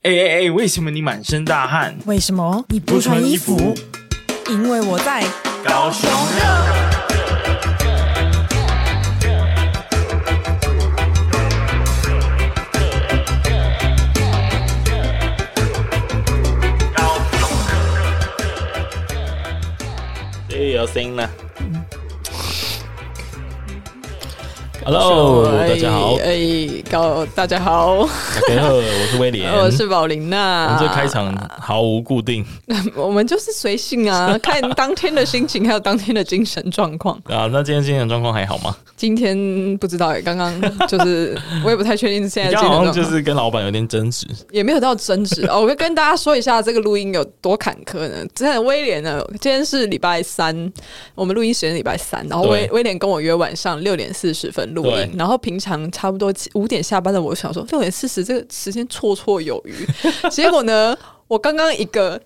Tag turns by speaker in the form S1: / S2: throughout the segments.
S1: 哎哎哎，为什么你满身大汗？
S2: 为什么你不穿衣服？因为我在。
S1: 高 雄热，有声音了。
S3: Hello，大哦家好，
S4: 哎，哎高大家好，
S3: 大家好，我是威廉，
S4: 我是啊宝琳娜。
S3: 我们这开，场毫无固定
S4: 我们就是随 性啊，看当天的心情，还有当天的精神状况。
S3: 啊。那今天精神状况还好吗？
S4: 今天不知道哎、刚刚就是我也不太确定现在
S3: 你刚好
S4: 的精神状
S3: 像
S4: 况，
S3: 就是跟老板有点争执，
S4: 也没有到 争执哦。我要跟大家说一下这个录音有多坎坷呢。真的，威廉呢，今天是礼拜三，我们录音时间礼拜三，然后威
S3: 对
S4: 威廉跟我约晚上六点四十分录
S3: 对
S4: 音，然后平常差不多五点下班的，我想说六点四十这个时间绰绰有余， 结果呢，我刚刚一个。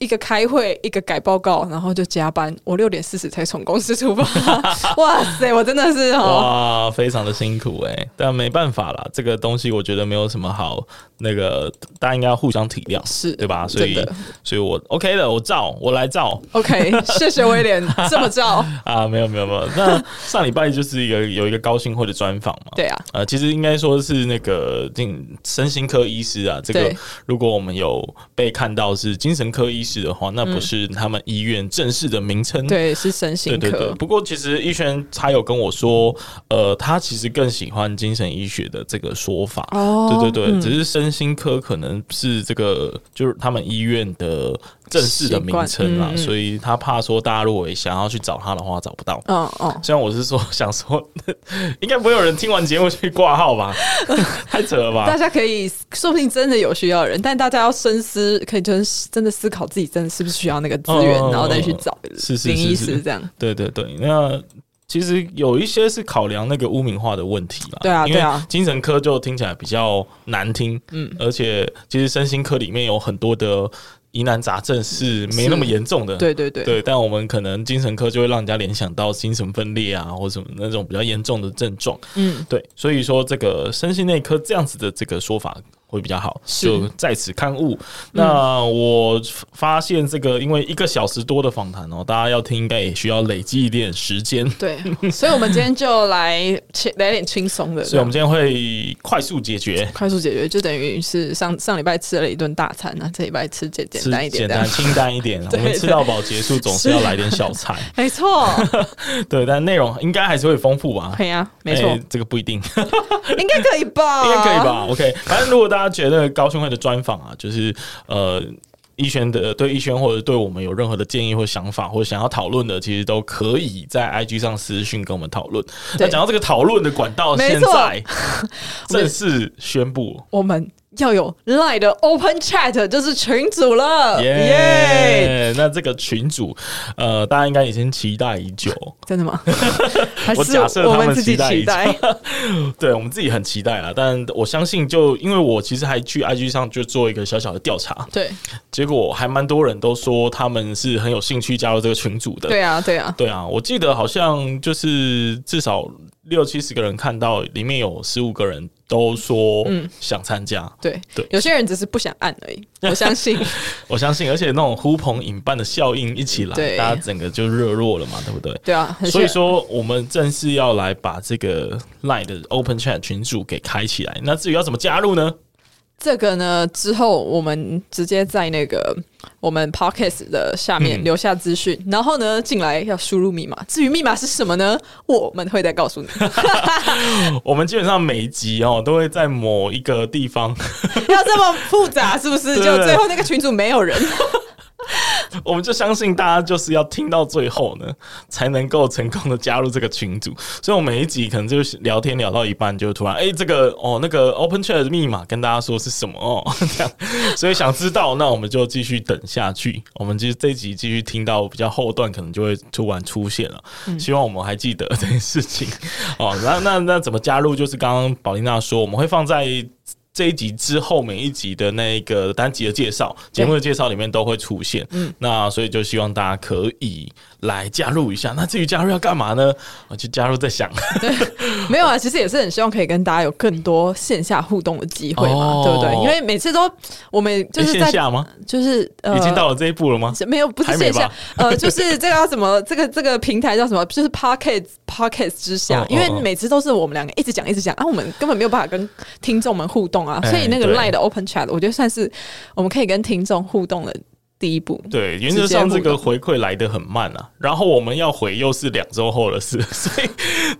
S4: 一个开会，一个改报告，然后就加班。我六点四十才从公司出发， 哇塞，我真的是哦，
S3: 哇，非常的辛苦哎、但没办法啦，这个东西我觉得没有什么好，那个大家应该要互相体谅，
S4: 是
S3: 对吧？所以
S4: 真的，
S3: 所以我 OK 的，我照，我来照
S4: OK，谢谢威廉，这么照，
S3: 啊，没有没有没有。那上礼拜就是一个有一个高兴会的专访嘛，
S4: 对啊，
S3: 呃，其实应该说是那个精身心科医师啊，这个
S4: 对
S3: 如果我们有被看到是精神科医师的话，那不是他们医院正式的名称。
S4: 对，是身心
S3: 对
S4: 科，
S3: 对对，不过其实医轩他有跟我说，呃，他其实更喜欢精神医学的这个说法。
S4: 哦
S3: 对对对，只是身心科可能是这个就是他们医院的正式的名称啦
S4: 习惯，嗯嗯
S3: 所以他怕说大家如果想要去找他的话找不到。
S4: 嗯哦，
S3: 虽然我是说想说， 应该不会有人听完节目去挂号吧？ 太扯了
S4: 大
S3: 吧！
S4: 家可以，说不定真的有需要的人，但大家要深思，可以真真的思考自己真的是不是需要那个资源，
S3: 嗯
S4: 然后再去找
S3: 是是
S4: 林
S3: 是
S4: 医
S3: 是
S4: 师这样。
S3: 对对对，那其实有一些是考量那个污名化的问题啦。
S4: 对啊
S3: 因
S4: 对
S3: 为
S4: 啊
S3: 精神科就听起来比较难听，嗯，而且其实身心科里面有很多的疑难杂症是没那么严重的，
S4: 对对对，
S3: 对，但我们可能精神科就会让人家联想到精神分裂啊，或什么那种比较严重的症状。
S4: 嗯，
S3: 对，所以说这个身心内科这样子的这个说法会比较好，
S4: 是嗯
S3: 就在此刊物。那我发现这个，因为一个小时多的访谈哦，大家要听应该也需要累积一点时间。
S4: 对，所以我们今天就来轻来点轻松的，
S3: 所以，我们今天会快速解决，
S4: 快速解决，就等于是上上礼拜吃了一顿大餐啊，这礼拜吃简简
S3: 吃
S4: 单一点
S3: 简
S4: 这样
S3: 单。清淡一 点。我们吃到饱结束，总是要来点小菜。
S4: 没错，
S3: 对，但内容应该还是会丰富吧？
S4: 可以啊，没错
S3: 哎，这个不一定。
S4: 应该可以吧？
S3: 应该可以？吧？OK，反
S4: 哦
S3: 正如果大家觉得高兄会的专访啊，就是呃。逸轩的对逸轩或者对我们有任何的建议或想法，或者想要讨论的，其实都可以在 IG 上私讯跟我们讨论。
S4: 对
S3: 那讲到这个讨论的管道，
S4: 没
S3: 现
S4: 错
S3: 在正式宣布，
S4: 我们要有 Line 的 Open Chat，就是群组了，呃耶！
S3: 耶！那这个群主，呃，大家应该已经期待已久，
S4: 真 的吗？还
S3: 我假设
S4: 我
S3: 他们
S4: 们自己
S3: 期
S4: 期
S3: 待
S4: 待？
S3: 对我们自己很期待啦。但我相信就，因为我其实还去 IG 上就做一个小小的调查，
S4: 对
S3: 结果还蛮多人都说他们是很有兴趣加入这个群组的。
S4: 对啊，对啊，
S3: 对啊，我记得好像就是至少六七十个人看到，里面有十五个人都说
S4: 嗯
S3: 想参加。
S4: 对
S3: 对
S4: 有些人只是不想按 而已，我相信。
S3: 我相信，而且那种呼朋引伴的效应一起来，
S4: 对
S3: 大家整个就热络了嘛，对不对？
S4: 对啊，很
S3: 所以
S4: 羡
S3: 说，我们正式要来把这个 Line 的 Open Chat 群组给开起来。那至于要怎么加入呢？
S4: 这个呢，之后我们直接在那个我们 podcast 的下面
S3: 嗯
S4: 留下资讯，然后呢进来要输入密码。至于密码是什么呢，我们会再告 诉你。
S3: 我们基本上每一集哦，都会在某一个地方
S4: 要这么复杂是不是？
S3: 对
S4: 就最后那个群组没有人，
S3: 我们就相信大家就是要听到最后呢，才能够成功的加入这个群组。所以我每一集可能就是聊天聊到一半，就突然哎、这个哦，那个 Open Chat 的密码跟大家说是什么哦， 这样。所以想知道，那我们就继续等下去。我们就这一集继续听到比较后段，可能就会突然出现了。希望我们还记得这件事情哦。那那那怎么加入？就是刚刚宝琳娜说，我们会放在。这一集之后每一集的那
S4: 嗯
S3: 个单集的介绍、节目的介绍里面都会出现。那所以就希望大家可以来加入一下。那至于加入要干嘛呢？我就加入再想。
S4: 没有啊，其实也是很希望可以跟大家有更多线下互动的机会嘛，
S3: 哦
S4: 对不对？因为每次都我们就
S3: 诶
S4: 是
S3: 线
S4: 在
S3: 下吗？
S4: 就是呃，
S3: 已经到了这一步了吗？
S4: 没有，不是
S3: 还没
S4: 线下
S3: 吧，
S4: 呃，就是这个要怎么，这个这个平台叫什么？就是 Pocket Pocket 之下
S3: 嗯，嗯
S4: 因为
S3: 嗯
S4: 每次都是我们两个一直讲一直讲啊，我们根本没有办法跟听众们互动啊，
S3: 哎
S4: 所以那个
S3: 对
S4: Line 的 Open Chat，我觉得算是我们可以跟听众互动的第一步。
S3: 对，原则
S4: 直接
S3: 上
S4: 互
S3: 这个
S4: 动
S3: 回馈来的很慢啊，然后我们要回又是两周后的事， 所以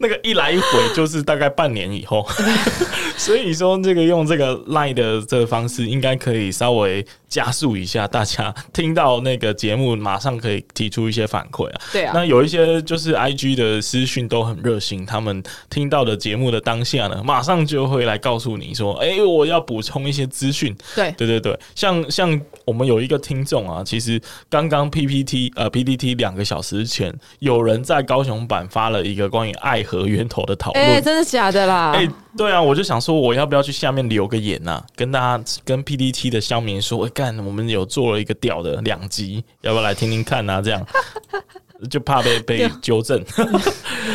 S3: 那个一来一回就是大概半年以后。 所以说，这个用这个 Line 的这个方式，应该可以稍微加速一下大家听到那个节目，马上可以提出一些反馈啊。
S4: 对啊
S3: 那有一些就是 IG 的私讯都很热心，他们听到的节目的当下呢，马上就会来告诉你说：“哎、我要补充一些资讯。”
S4: 对，
S3: 对对对，像像我们有一个听众啊，其实刚刚 PPT 呃 PPT 两个小时前，有人在高雄版发了一个关于爱和源头的讨论。
S4: 哎，真的假的啦？
S3: 哎、对啊，我就想说，我要不要去下面留个言呐、跟大家、跟 PDT 的乡民说，哎干、我们有做了一个屌的两集，要不要来听听看啊？这样 就怕被被
S4: 啊
S3: 纠正。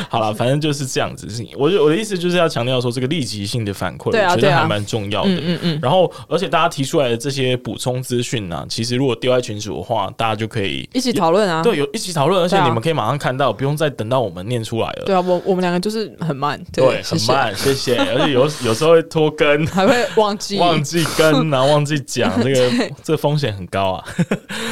S3: 好了，反正就是这样子。我就我的意思就是要强调说，这个立即性的反馈，
S4: 对啊
S3: 我觉
S4: 对
S3: 得
S4: 啊
S3: 还蛮重要的。嗯嗯然后，而且大家提出来的这些补充资讯呢，其实如果丢在群组的话，大家就可以
S4: 一起讨论啊。
S3: 对有一起讨论，而且
S4: 对啊
S3: 你们可以马上看到，不用再等到我们念出来了。
S4: 对啊，我我们两个就是很慢，
S3: 对，
S4: 谢
S3: 很
S4: 谢，
S3: 慢， 谢谢。而且有有时候会拖更
S4: 还会忘记，
S3: 忘记跟， 然后忘记讲，这个这风险很高啊。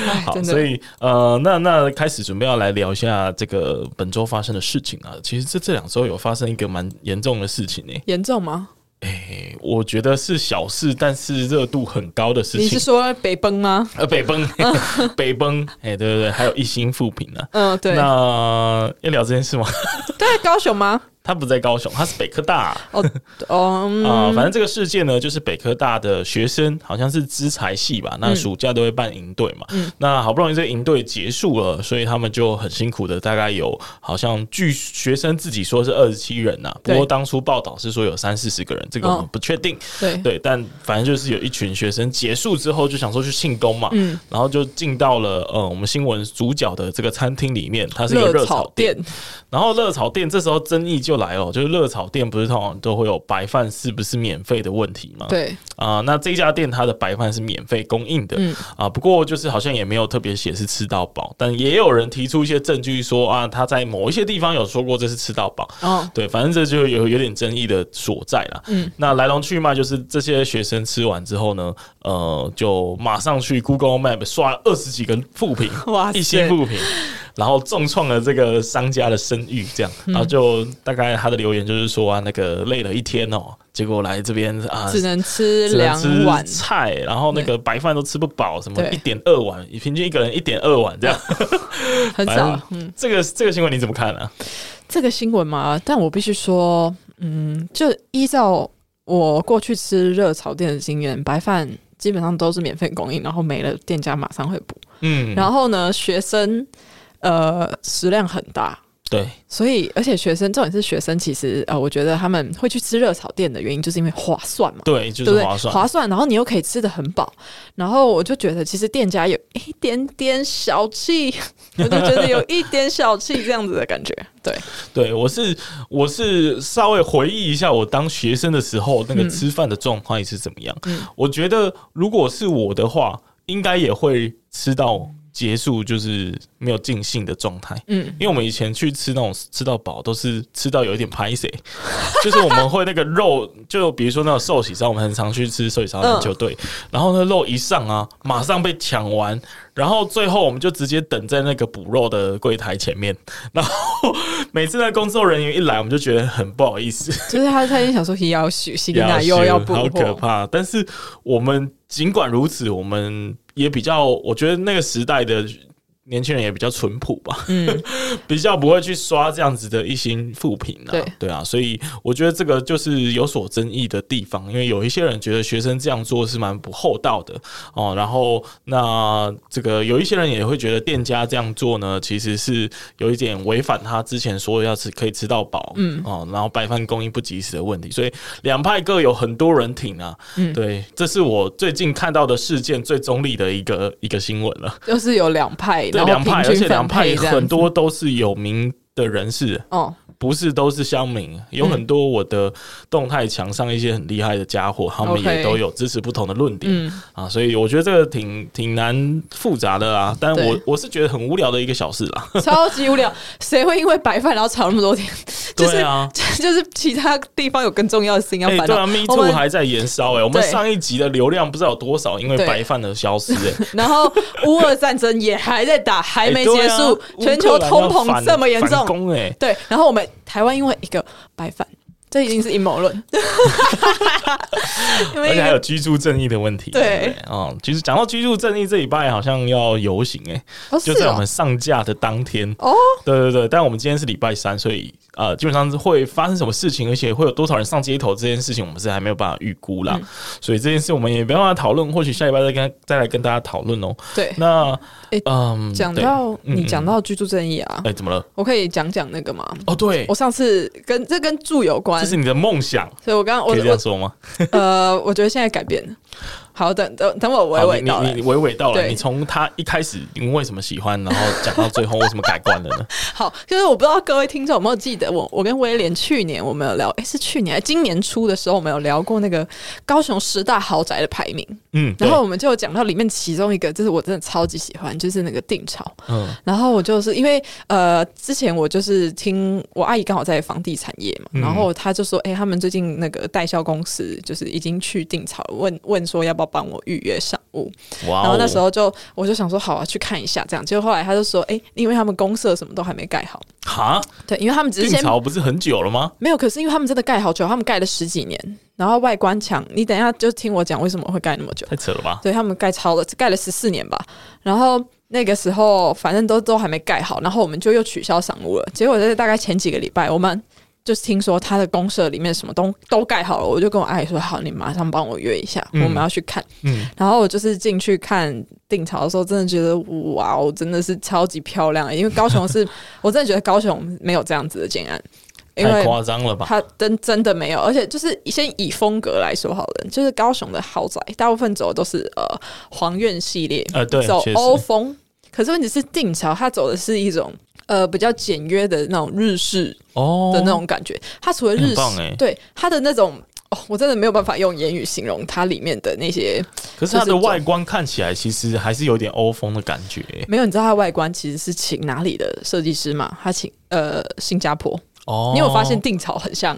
S4: 哎
S3: 好，
S4: 真的
S3: 所以呃，那那开始准备要来聊一下这个本周发生的事情啊。其实这这两周有发生一个蛮严重的事情呢、
S4: 严重吗？
S3: 诶我觉得是小事，但是热度很高的事
S4: 你
S3: 情。啊
S4: 是说北奔吗？
S3: 呃，北崩，北 崩，哎、对对对，还有一星复评呢。
S4: 嗯，对，
S3: 那要聊这件事吗？
S4: 对，啊高雄吗？
S3: 他不在高雄，他是北科大啊、
S4: 哦，哦，嗯
S3: 啊、反正这个事件呢，就是北科大的学生好像是资财系吧，
S4: 嗯
S3: 那暑假都会办营队嘛，那好不容易这个营队结束了，所以他们就很辛苦的，大概有好像据学生自己说是二十七人呐、不
S4: 对
S3: 过当初报道是说有三四十个人，这个我们
S4: 哦
S3: 不确定。
S4: 对
S3: 对，但反正就是有一群学生结束之后就想说去庆功嘛，
S4: 嗯
S3: 然后就进到了呃我们新闻主角的这个餐厅里面，它是一个热炒店，然后热炒店这时候争议就来了，就是热炒店不是通常都会有白饭是不是免费的问题吗？
S4: 对，
S3: 啊、那这家店它的白饭是免费供应的，
S4: 嗯
S3: 啊，不过就是好像也没有特别写是吃到饱，但也有人提出一些证据说啊，他在某一些地方有说过这是吃到饱，
S4: 哦，
S3: 对，反正这就有有点争议的所在啦。嗯，那来龙去脉就是这些学生吃完之后呢，呃，就马上去 Google Map 刷二十几个负评，
S4: 哇塞
S3: 一些负评，然后重创了这个商家的声誉，这样，
S4: 嗯
S3: 然后就大概他的留言就是说啊，那个累了一天哦，结果来这边啊，
S4: 只能吃
S3: 只能
S4: 两
S3: 吃
S4: 碗，
S3: 菜，然后那个白饭都吃不饱，什么
S4: 对嗯
S3: 一点二碗，平均一个人一点二碗这样，
S4: 很
S3: 反正
S4: 少。嗯，
S3: 这个这个新闻你怎么看呢、啊？
S4: 这个新闻嘛，但我必须说，嗯，就依照我过去吃热炒店的经验，白饭基本上都是免费供应，然后没了店家马上会补。
S3: 嗯，
S4: 然后呢，学生呃食量很大，
S3: 对，
S4: 所以，而且学生重点是学生，其实呃，我觉得他们会去吃热炒店的原因，就是因为划算嘛，
S3: 对，就
S4: 对不
S3: 是
S4: 对？
S3: 划算，
S4: 然后你又可以吃的很饱，然后我就觉得其实店家有 一点点小气， 我就觉得有一点小气这样子的感觉。对，
S3: 对，我是我是稍微回忆一下我当学生的时候那个吃饭的状况是怎么样。我觉得如果是我的话，应该也会吃到结束就是没有尽兴的状态。
S4: 嗯，
S3: 因为我们以前去吃那种吃到饱，都是吃到有一点拍谁， 就是我们会那个肉，就比如说那种寿喜烧，我们很常去吃寿喜烧篮球
S4: 嗯
S3: 队，然后那肉一上啊，马上被抢完，然后最后我们就直接等在那个补肉的柜台前面， 然后每次那工作人员一来，我们就觉得很不好意思，
S4: 就是他他也想说，也要许新奶 又
S3: 羞
S4: 要补
S3: 好可
S4: 货，
S3: 怕。但是我们尽管如此，我们也比较，我觉得那个时代的。年轻人也比较淳朴吧，
S4: 嗯，
S3: 比较不会去刷这样子的一星负评啊，
S4: 对
S3: 啊，所以我觉得这个就是有所争议的地方，因为有一些人觉得学生这样做是蛮不厚道的哦，然后那这个有一些人也会觉得店家这样做呢，其实是有一点违反他之前说要吃可以吃到饱，嗯哦，然后白饭供应不及时的问题，所以两派各有很多人挺啊，嗯，对，这是我最近看到的事件最中立的一个一个新闻了。
S4: 就是有两派，
S3: 对
S4: 然后
S3: 两
S4: 平
S3: 派，而
S4: 均
S3: 且两
S4: 分配
S3: 派
S4: 这样
S3: 很
S4: 子
S3: 多都是有名的人士，
S4: 哦，
S3: 不是都是乡民，有很多我的动态墙上一些很厉害的家伙，他们
S4: 嗯 OK
S3: 也都有支持不同的论点、
S4: 嗯
S3: 啊，所以我觉得这个挺挺难复杂的啊，但我
S4: 对
S3: 我是觉得很无聊的一个小事啦。
S4: 超级无聊，谁会因为白饭然后吵那么多天？ 就是、
S3: 对啊
S4: 就是其他地方有更重要的事 情要
S3: 哎、
S4: 烦恼。
S3: 对啊，Me
S4: 我
S3: Too
S4: 们
S3: 还在延烧哎、我们
S4: 对
S3: 上一集的流量不知道有多少，因为
S4: 对
S3: 白饭而消失哎、
S4: 然后乌俄战争也还在打，还没结
S3: 哎
S4: 束，
S3: 对啊
S4: 全球通
S3: 乌克兰要
S4: 膨
S3: 反
S4: 这么严
S3: 反
S4: 重，
S3: 攻哎、
S4: 对。然后我们台湾因为一个白饭，这已经是阴谋论，因 为
S3: 而
S4: 一
S3: 且还有
S4: 个
S3: 居住正义的问题。
S4: 对
S3: 不对，哦，其实讲到居住正义，这礼拜好像要游行哎、
S4: 哦
S3: 就是在
S4: 哦
S3: 我们上架的当天。
S4: 哦，
S3: 对对对，但我们今天是礼拜三，所以呃，基本上是会发生什么事情，而且会有多少人上街头这件事情，我们是还没有办法预估
S4: 嗯
S3: 啦。所以这件事我们也没办法讨论，或许下礼拜再跟再来跟大家讨论哦。
S4: 对。
S3: 那
S4: 诶
S3: 嗯，
S4: 讲
S3: 对
S4: 到
S3: 嗯
S4: 你讲
S3: 嗯
S4: 到居住正义啊
S3: 哎、，怎么了？
S4: 我可以讲讲那个吗？
S3: 哦，对
S4: 我，上次跟这跟住有关
S3: 这，是你的梦想，
S4: 所以我刚刚我
S3: 可以这样
S4: 我
S3: 说吗？
S4: 呃，我觉得现在改变了。好，等等等我娓
S3: 好
S4: 娓道
S3: 你
S4: 来
S3: 你。你娓娓道来，
S4: 对
S3: 你从他一开始你为什么喜欢，然后讲到最后为什么改观了呢？
S4: 好，就是我不知道各位听众有没有记得我，我跟威廉去年我们有聊，诶，是去年还是今年初的时候，我们有聊过那个高雄十大豪宅的排名，
S3: 嗯，对
S4: 然后我们就有讲到里面其中一个，就是我真的超级喜欢，就是那个定朝。
S3: 嗯
S4: 然后我就是因为呃，之前我就是听我阿姨刚好在房地产业嘛，
S3: 嗯
S4: 然后她就说，哎诶，他们最近那个代销公司就是已经去定朝，问问说要不要帮我预约上屋，
S3: 哇哦
S4: 然后那时候就我就想说好啊，去看一下这样。结果后来他就说，哎、因为他们公社什么都还没盖好，
S3: 哈，
S4: 对，因为他们只是
S3: 定
S4: 先
S3: 朝不是很久了吗？
S4: 没有，可是因为他们真的盖好久，他们盖了十几年，然后外观墙，你等一下就听我讲为什么会盖那么久。
S3: 太扯了吧！
S4: 对他们盖超了，盖了十四年吧。然后那个时候反正都都还没盖好，然后我们就又取消赏屋了。结果在大概前几个礼拜，我们就是听说他的公社里面什么东都盖好了，我就跟我阿姨说：“好，你马上帮我约一下，我
S3: 嗯
S4: 们要去看。
S3: 嗯
S4: 然后我就是进去看定朝的时候，真的觉得哇哦，真的是超级漂亮、欸因为高雄是， 我真的觉得高雄没有这样子的建案，因
S3: 太
S4: 为
S3: 夸张了吧？
S4: 它真真的没有，而且就是先以风格来说好了，就是高雄的豪宅大部分走的都是呃黄苑系列，
S3: 呃对
S4: 走
S3: 确实
S4: 欧风。可是问题是定朝，它走的是一种呃比较简约的那种日式
S3: 哦
S4: 的那种感觉。它除了日
S3: 很
S4: 式，
S3: 棒欸
S4: 对它的那种。哦，我真的没有办法用言语形容它里面的那些
S3: 可是它
S4: 就是
S3: 的
S4: 走
S3: 外观看起来其实还是有点欧风的感觉
S4: 没有，你知道它外观其实是请哪里的设计师吗？他请呃新加坡，
S3: 哦。
S4: 你有发现定朝很像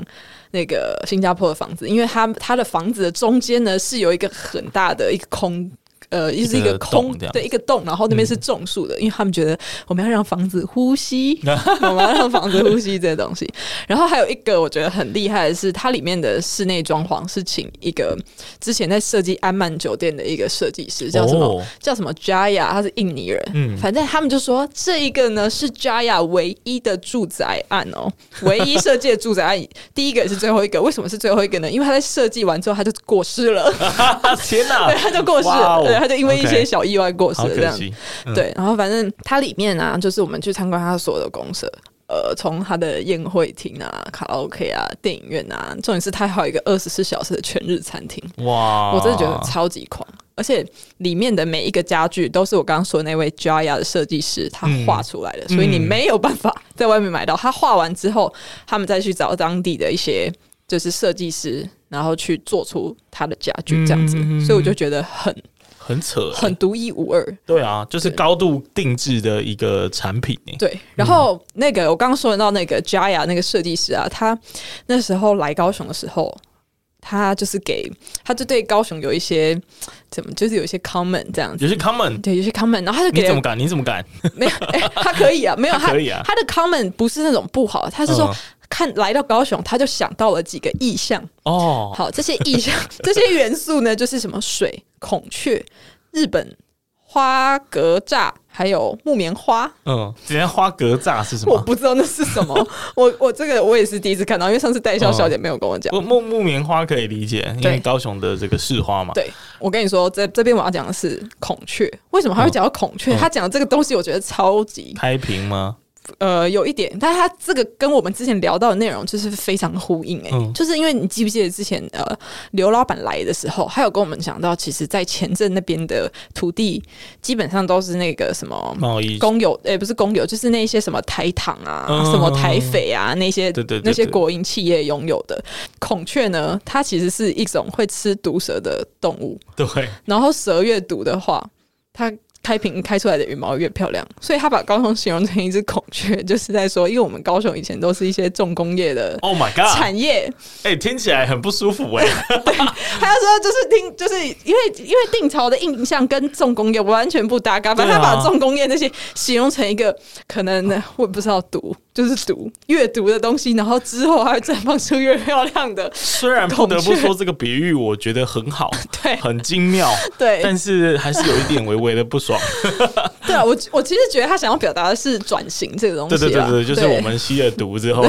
S4: 那个新加坡的房子，因为它它的房子的中间呢是有一个很大的一个空。呃，就是一
S3: 一个
S4: 个空
S3: 洞这样
S4: 的一个洞，然后
S3: 嗯
S4: 那边是种树的，因为他们觉得我们要让房子 呼吸，我们要让房子呼吸这些东西。然后还有一个我觉得很厉害的是，它里面的室内装潢是请一个之前在设计安曼酒店的一个设计师，叫什么、
S3: 哦
S4: 叫什么 Jaya，他是印尼人，
S3: 嗯
S4: 反正他们就说这一个呢是 Jaya 唯一的住宅案哦， 唯一设计的住宅案，第一个也是最后一个。为什么是最后一个呢？因为他在设计完之后他就过世了，
S3: 哦啊天哪
S4: 对，，他就过世
S3: 哇
S4: 了，
S3: 哦
S4: 对，他就因为一
S3: OK
S4: 些小意外过世
S3: 好
S4: 了这
S3: 可
S4: 样。
S3: 惜。
S4: 对，然后反正它里面啊，就是我们去参观它所有的公社，呃，从它的宴会厅啊、卡拉 OK 啊、电影院啊，重点是它还有一个二十四小时的全日餐厅，
S3: 哇，
S4: 我真的觉得超级狂。而且里面的每一个家具都是我刚刚说的那位 Jaya 的设计师他画出来的，
S3: 嗯
S4: 所以你没有办法在外面买到。他画完之后，他们再去找当地的一些就是设计师，然后去做出他的家具这样子，
S3: 嗯
S4: 所以我就觉得很
S3: 很扯欸，
S4: 很独一无二。
S3: 对啊，就是
S4: 对
S3: 高度定制的一个产品欸
S4: 对，然后那个我刚刚说到那个 Jaya 那个设计师啊，他那时候来高雄的时候，他就是给他就对高雄有一些怎么，就是有一些 comment 这样子。
S3: 有些 comment，
S4: 对，有些 comment，然后他就
S3: 你
S4: 给
S3: 怎么敢？你怎么敢？
S4: 没有、哎他可以啊，没有
S3: 他可以啊
S4: 他的 comment 不是那种不好，他是说、
S3: 嗯
S4: 看来到高雄，他就想到了几个意象。
S3: 哦，
S4: 好，这些意象、这些元素呢，就是什么水、孔雀、日本花格栅，还有木棉花。
S3: 嗯，人家花格栅是什
S4: 我
S3: 么？
S4: 不知道那是什么， 嗯我我这个我也是第一次看到，因为上次代销小姐没有跟我讲。
S3: 不木木棉花可以理解，因为
S4: 对
S3: 高雄的这个市花嘛。
S4: 对，我跟你说，这这边我要讲的是孔雀，为什么他会讲到孔雀？
S3: 嗯
S4: 他讲的这个东西，我觉得超级
S3: 开屏吗？
S4: 呃有一点，但是它这个跟我们之前聊到的内容就是非常呼应诶、欸
S3: 嗯
S4: 就是因为你记不记得之前呃刘老板来的时候，他有跟我们讲到，其实在前镇那边的土地基本上都是那个什么
S3: 贸易
S4: 公有，诶、不是公有，就是那一些什么台糖啊、
S3: 嗯
S4: 什么台匪啊那些
S3: 对对对
S4: 那些
S3: 对
S4: 国营企业拥有的。孔雀呢，它其实是一种会吃毒蛇的动物，
S3: 对，
S4: 然后蛇越毒的话，它开屏开出来的羽毛越漂亮，所以他把高雄形容成一只孔雀，就是在说，因为我们高雄以前都是一些重工业的
S3: Oh my god！
S4: 产业，
S3: 哎、听起来很不舒服 哎、
S4: 他说就是听，就是因为因为定朝的印象跟重工业完全不搭嘎，
S3: 对啊
S4: 反正他把重工业那些形容成一个可能我也不知道毒，就是毒越毒的东西，然后之后还会绽放出越漂亮的，
S3: 虽然不得不
S4: 孔
S3: 说这个比喻，我觉得很好，
S4: 对
S3: 很精妙，
S4: 对
S3: 但是还是有一点微微的不爽。
S4: 对啊，我我其实觉得他想要表达的是转型这个 东西啊
S3: 对
S4: 啦，
S3: 对对对，就是我们吸了毒之 后就，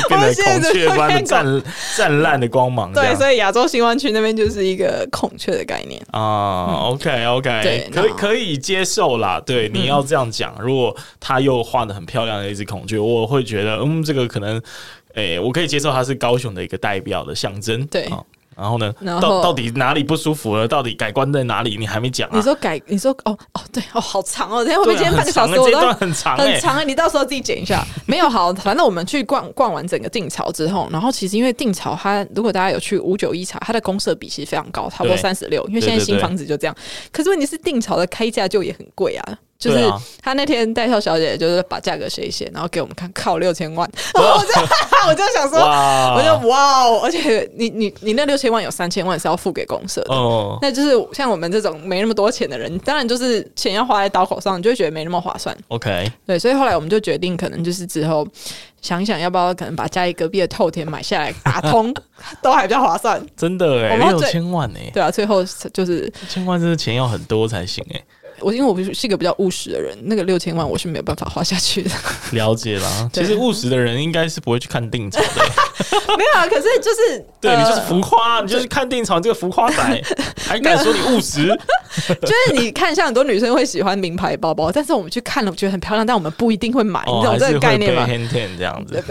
S3: 就变得孔雀般的湛湛烂的光芒这
S4: 对，
S3: 样。
S4: 所以亚洲新湾区那边就是一个孔雀的概念。
S3: 啊、o k
S4: 嗯对
S3: OK，可以
S4: 那
S3: 可以接受啦。对，你要这样讲，如果他又画的很漂亮的一只孔雀，我会觉得，嗯，这个可能，诶、我可以接受它是高雄的一个代表的象征。
S4: 对
S3: 啊然后呢，
S4: 然后
S3: 到到底哪里不舒服了？到底改观在哪里？你还没讲啊？
S4: 你说改，你说哦哦，对哦，好长哦，等一下会不
S3: 对
S4: 会
S3: 啊
S4: 今天半个小时
S3: 很长欸
S4: 我
S3: 这
S4: 都
S3: 段很长欸
S4: 很长欸？你到时候自己剪一下。没有好，反正我们去逛逛完整个定朝之后，然后其实因为定朝它，如果大家有去五九一查，它的公社比其实非常高，差不多
S3: 对
S4: 三十六，因为现在
S3: 对对
S4: 新
S3: 对
S4: 房子就这样。可是问题是定朝的开价就也很贵啊。就
S3: 对
S4: 是
S3: 啊
S4: 他那天代销小姐就是把价格写一写，然后给我们看，靠六千 万，然后我就我就想说，
S3: 哇
S4: 我就哇哦！而且你你你那六千万有三千万是要付给公社的，
S3: 哦，
S4: 那就是像我们这种没那么多钱的人，当然就是钱要花在刀口上，你就会觉得没那么划算。
S3: OK，
S4: 对，所以后来我们就决定，可能就是之后想想要不要可能把家里隔壁的透田买下来打 通，都还比较划算。
S3: 真的哎、
S4: 我
S3: 欸，
S4: 们要
S3: 六
S4: 最
S3: 千万哎、欸，
S4: 对啊，最后就是
S3: 六千万真的钱要很多才行哎、
S4: 我，因为我不是是一个比较务实的人，那个六千万我是没有办法花下去的。
S3: 了解啦，
S4: 对
S3: 其实务实的人应该是不会去看定场的、欸。
S4: 没有啊，可是就是
S3: 对
S4: 呃
S3: 你就是浮夸，你就是看定场这个浮夸 仔，还敢说你务实？
S4: 就是你看，像很多女生会喜欢名牌包包，但是我们去看了，我觉得很漂亮，但我们不一定会买，你懂
S3: 哦还
S4: 这
S3: 是
S4: 个
S3: 会
S4: 概
S3: 被
S4: 念吗？
S3: hand ten 这样子，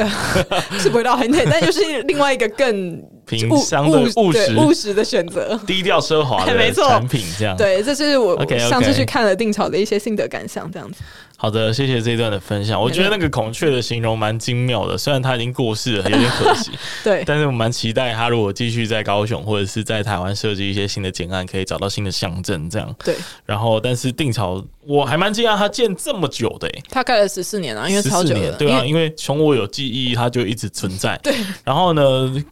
S4: 是不会到很简但就是另外一个更
S3: 平
S4: 务
S3: 相对
S4: 务
S3: 务实啊
S4: 对务实的选择。
S3: 低调奢华
S4: 没
S3: 的
S4: 错
S3: 产品这样。，
S4: 对，这是我
S3: OK，OK
S4: 上次去看了定朝的一些心得感想，这样子。
S3: 好的，谢谢这一段的分享。我觉得那个孔雀的形容蛮精妙的，虽然它已经过世了，有点可 惜，
S4: 对，
S3: 但是我蛮期待它如果继续在高雄或者是在台湾设计一些新的简案，可以找到新的象征这样。
S4: 对，
S3: 然后，但是定朝我还蛮惊讶它建这么久的、欸，
S4: 他盖了十四年啊，因为
S3: 14
S4: 超久
S3: 年
S4: 了，
S3: 对啊，
S4: 因为
S3: 因为从我有记忆，它就一直存 在。对，然后呢，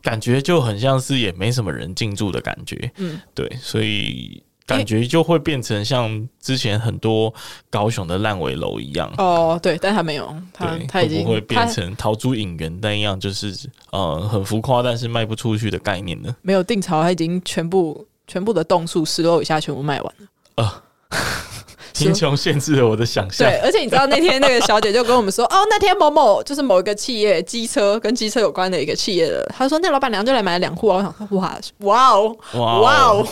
S3: 感觉就很像是也没什么人进驻的感觉。嗯，对，所以感觉就会变成像之前很多高雄的烂尾楼一样。
S4: 哦，对，但他没有，他
S3: 对，
S4: 他已
S3: 会
S4: 经
S3: 不会变
S4: 他
S3: 成逃出影园那样，就是呃很浮夸，但是卖不出去的概念 呢？
S4: 没有定朝，他已经全部全部的栋数十楼以下全部卖完了。
S3: 贫穷限制了我的想象
S4: 对。，而且你知道那天那个小姐就跟我们说， 哦，那天某某就是某一个企业机车跟机车有关的一个企业的，她说那老板娘就来买了两户啊，我想说哇哇哦
S3: 哇
S4: 哇哦
S3: 哦，！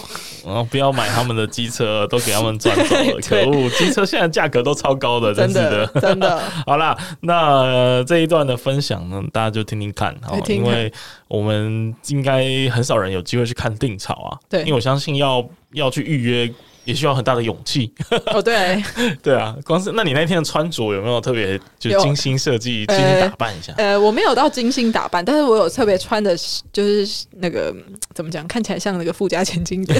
S3: 然后不要买他们的机车，都给他们赚走了。可
S4: 对
S3: 恶，机车现在价格都超高的，真
S4: 真
S3: 是的
S4: 的。 真的，
S3: 好啦，那、呃这一段的分享呢，大家就听听看哈
S4: 对，听
S3: 因
S4: 听看
S3: 为我们应该很少人有机会去看定草啊。
S4: 对
S3: 因为我相信要要去预约，也需要很大的勇气。
S4: 哦对，
S3: 对啊，光是那你那天的穿着有没有特别就是
S4: 有
S3: 精心设计、精
S4: 呃
S3: 心打扮一下？
S4: 呃，我没有到精心打扮，但是我有特别穿的，就是那个嗯怎么讲，看起来像那个富家千金一点。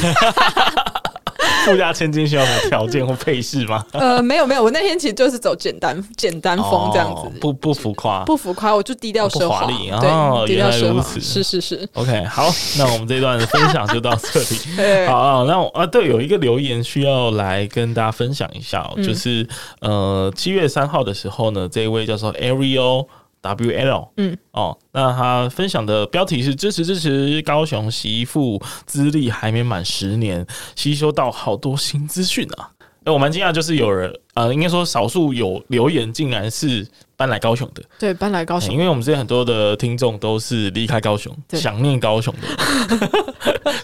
S3: 富家千金需要什么条件或配饰吗？
S4: 呃，没有没有，我那天其实就是走简单简单风这样子，
S3: 哦不不浮夸。
S4: 不浮夸，我就低调奢
S3: 不
S4: 华，
S3: 华丽哦
S4: 对，低
S3: 原
S4: 调
S3: 来
S4: 奢
S3: 如
S4: 华，
S3: 此
S4: 是是是，
S3: OK，好，那我们这一段的分享就到这里。
S4: 对
S3: 好、啊，那我啊，对，有一个留言需要来跟大家分享一下、哦，
S4: 嗯
S3: 就是呃，七月三号的时候呢，这一位叫做 Ariel W L，
S4: 嗯，
S3: 哦，那他分享的标题是支持支持高雄媳妇资历还没满十年，吸收到好多新资讯啊。哎、我蛮惊讶，就是有人呃，应该说少数有留言竟然是搬来高雄的，
S4: 对，搬来高
S3: 欸
S4: 雄
S3: 因，为我们之前很多的听众都是离开高雄，
S4: 对
S3: 想念高雄的，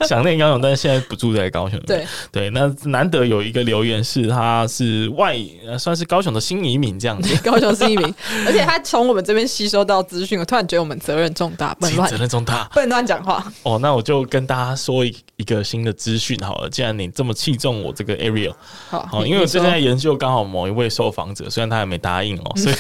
S3: 想念高雄，但是现在不住在高雄。
S4: 对
S3: 对，那难得有一个留言是他是外呃算是高雄的新移民这样 子，
S4: 高雄是一名，而且他从我们这边吸收到资讯，我突然觉得我们责任重大，不能乱
S3: 责任重大
S4: 不能乱讲话。
S3: 哦。那我就跟大家说一一个新的资讯好了，既然你这么器重我这个 area，
S4: 好，
S3: 好，
S4: 你
S3: 因为我
S4: 你
S3: 最
S4: 说
S3: 近在研究刚好某一位受访者，虽然他还没答应哦， 所以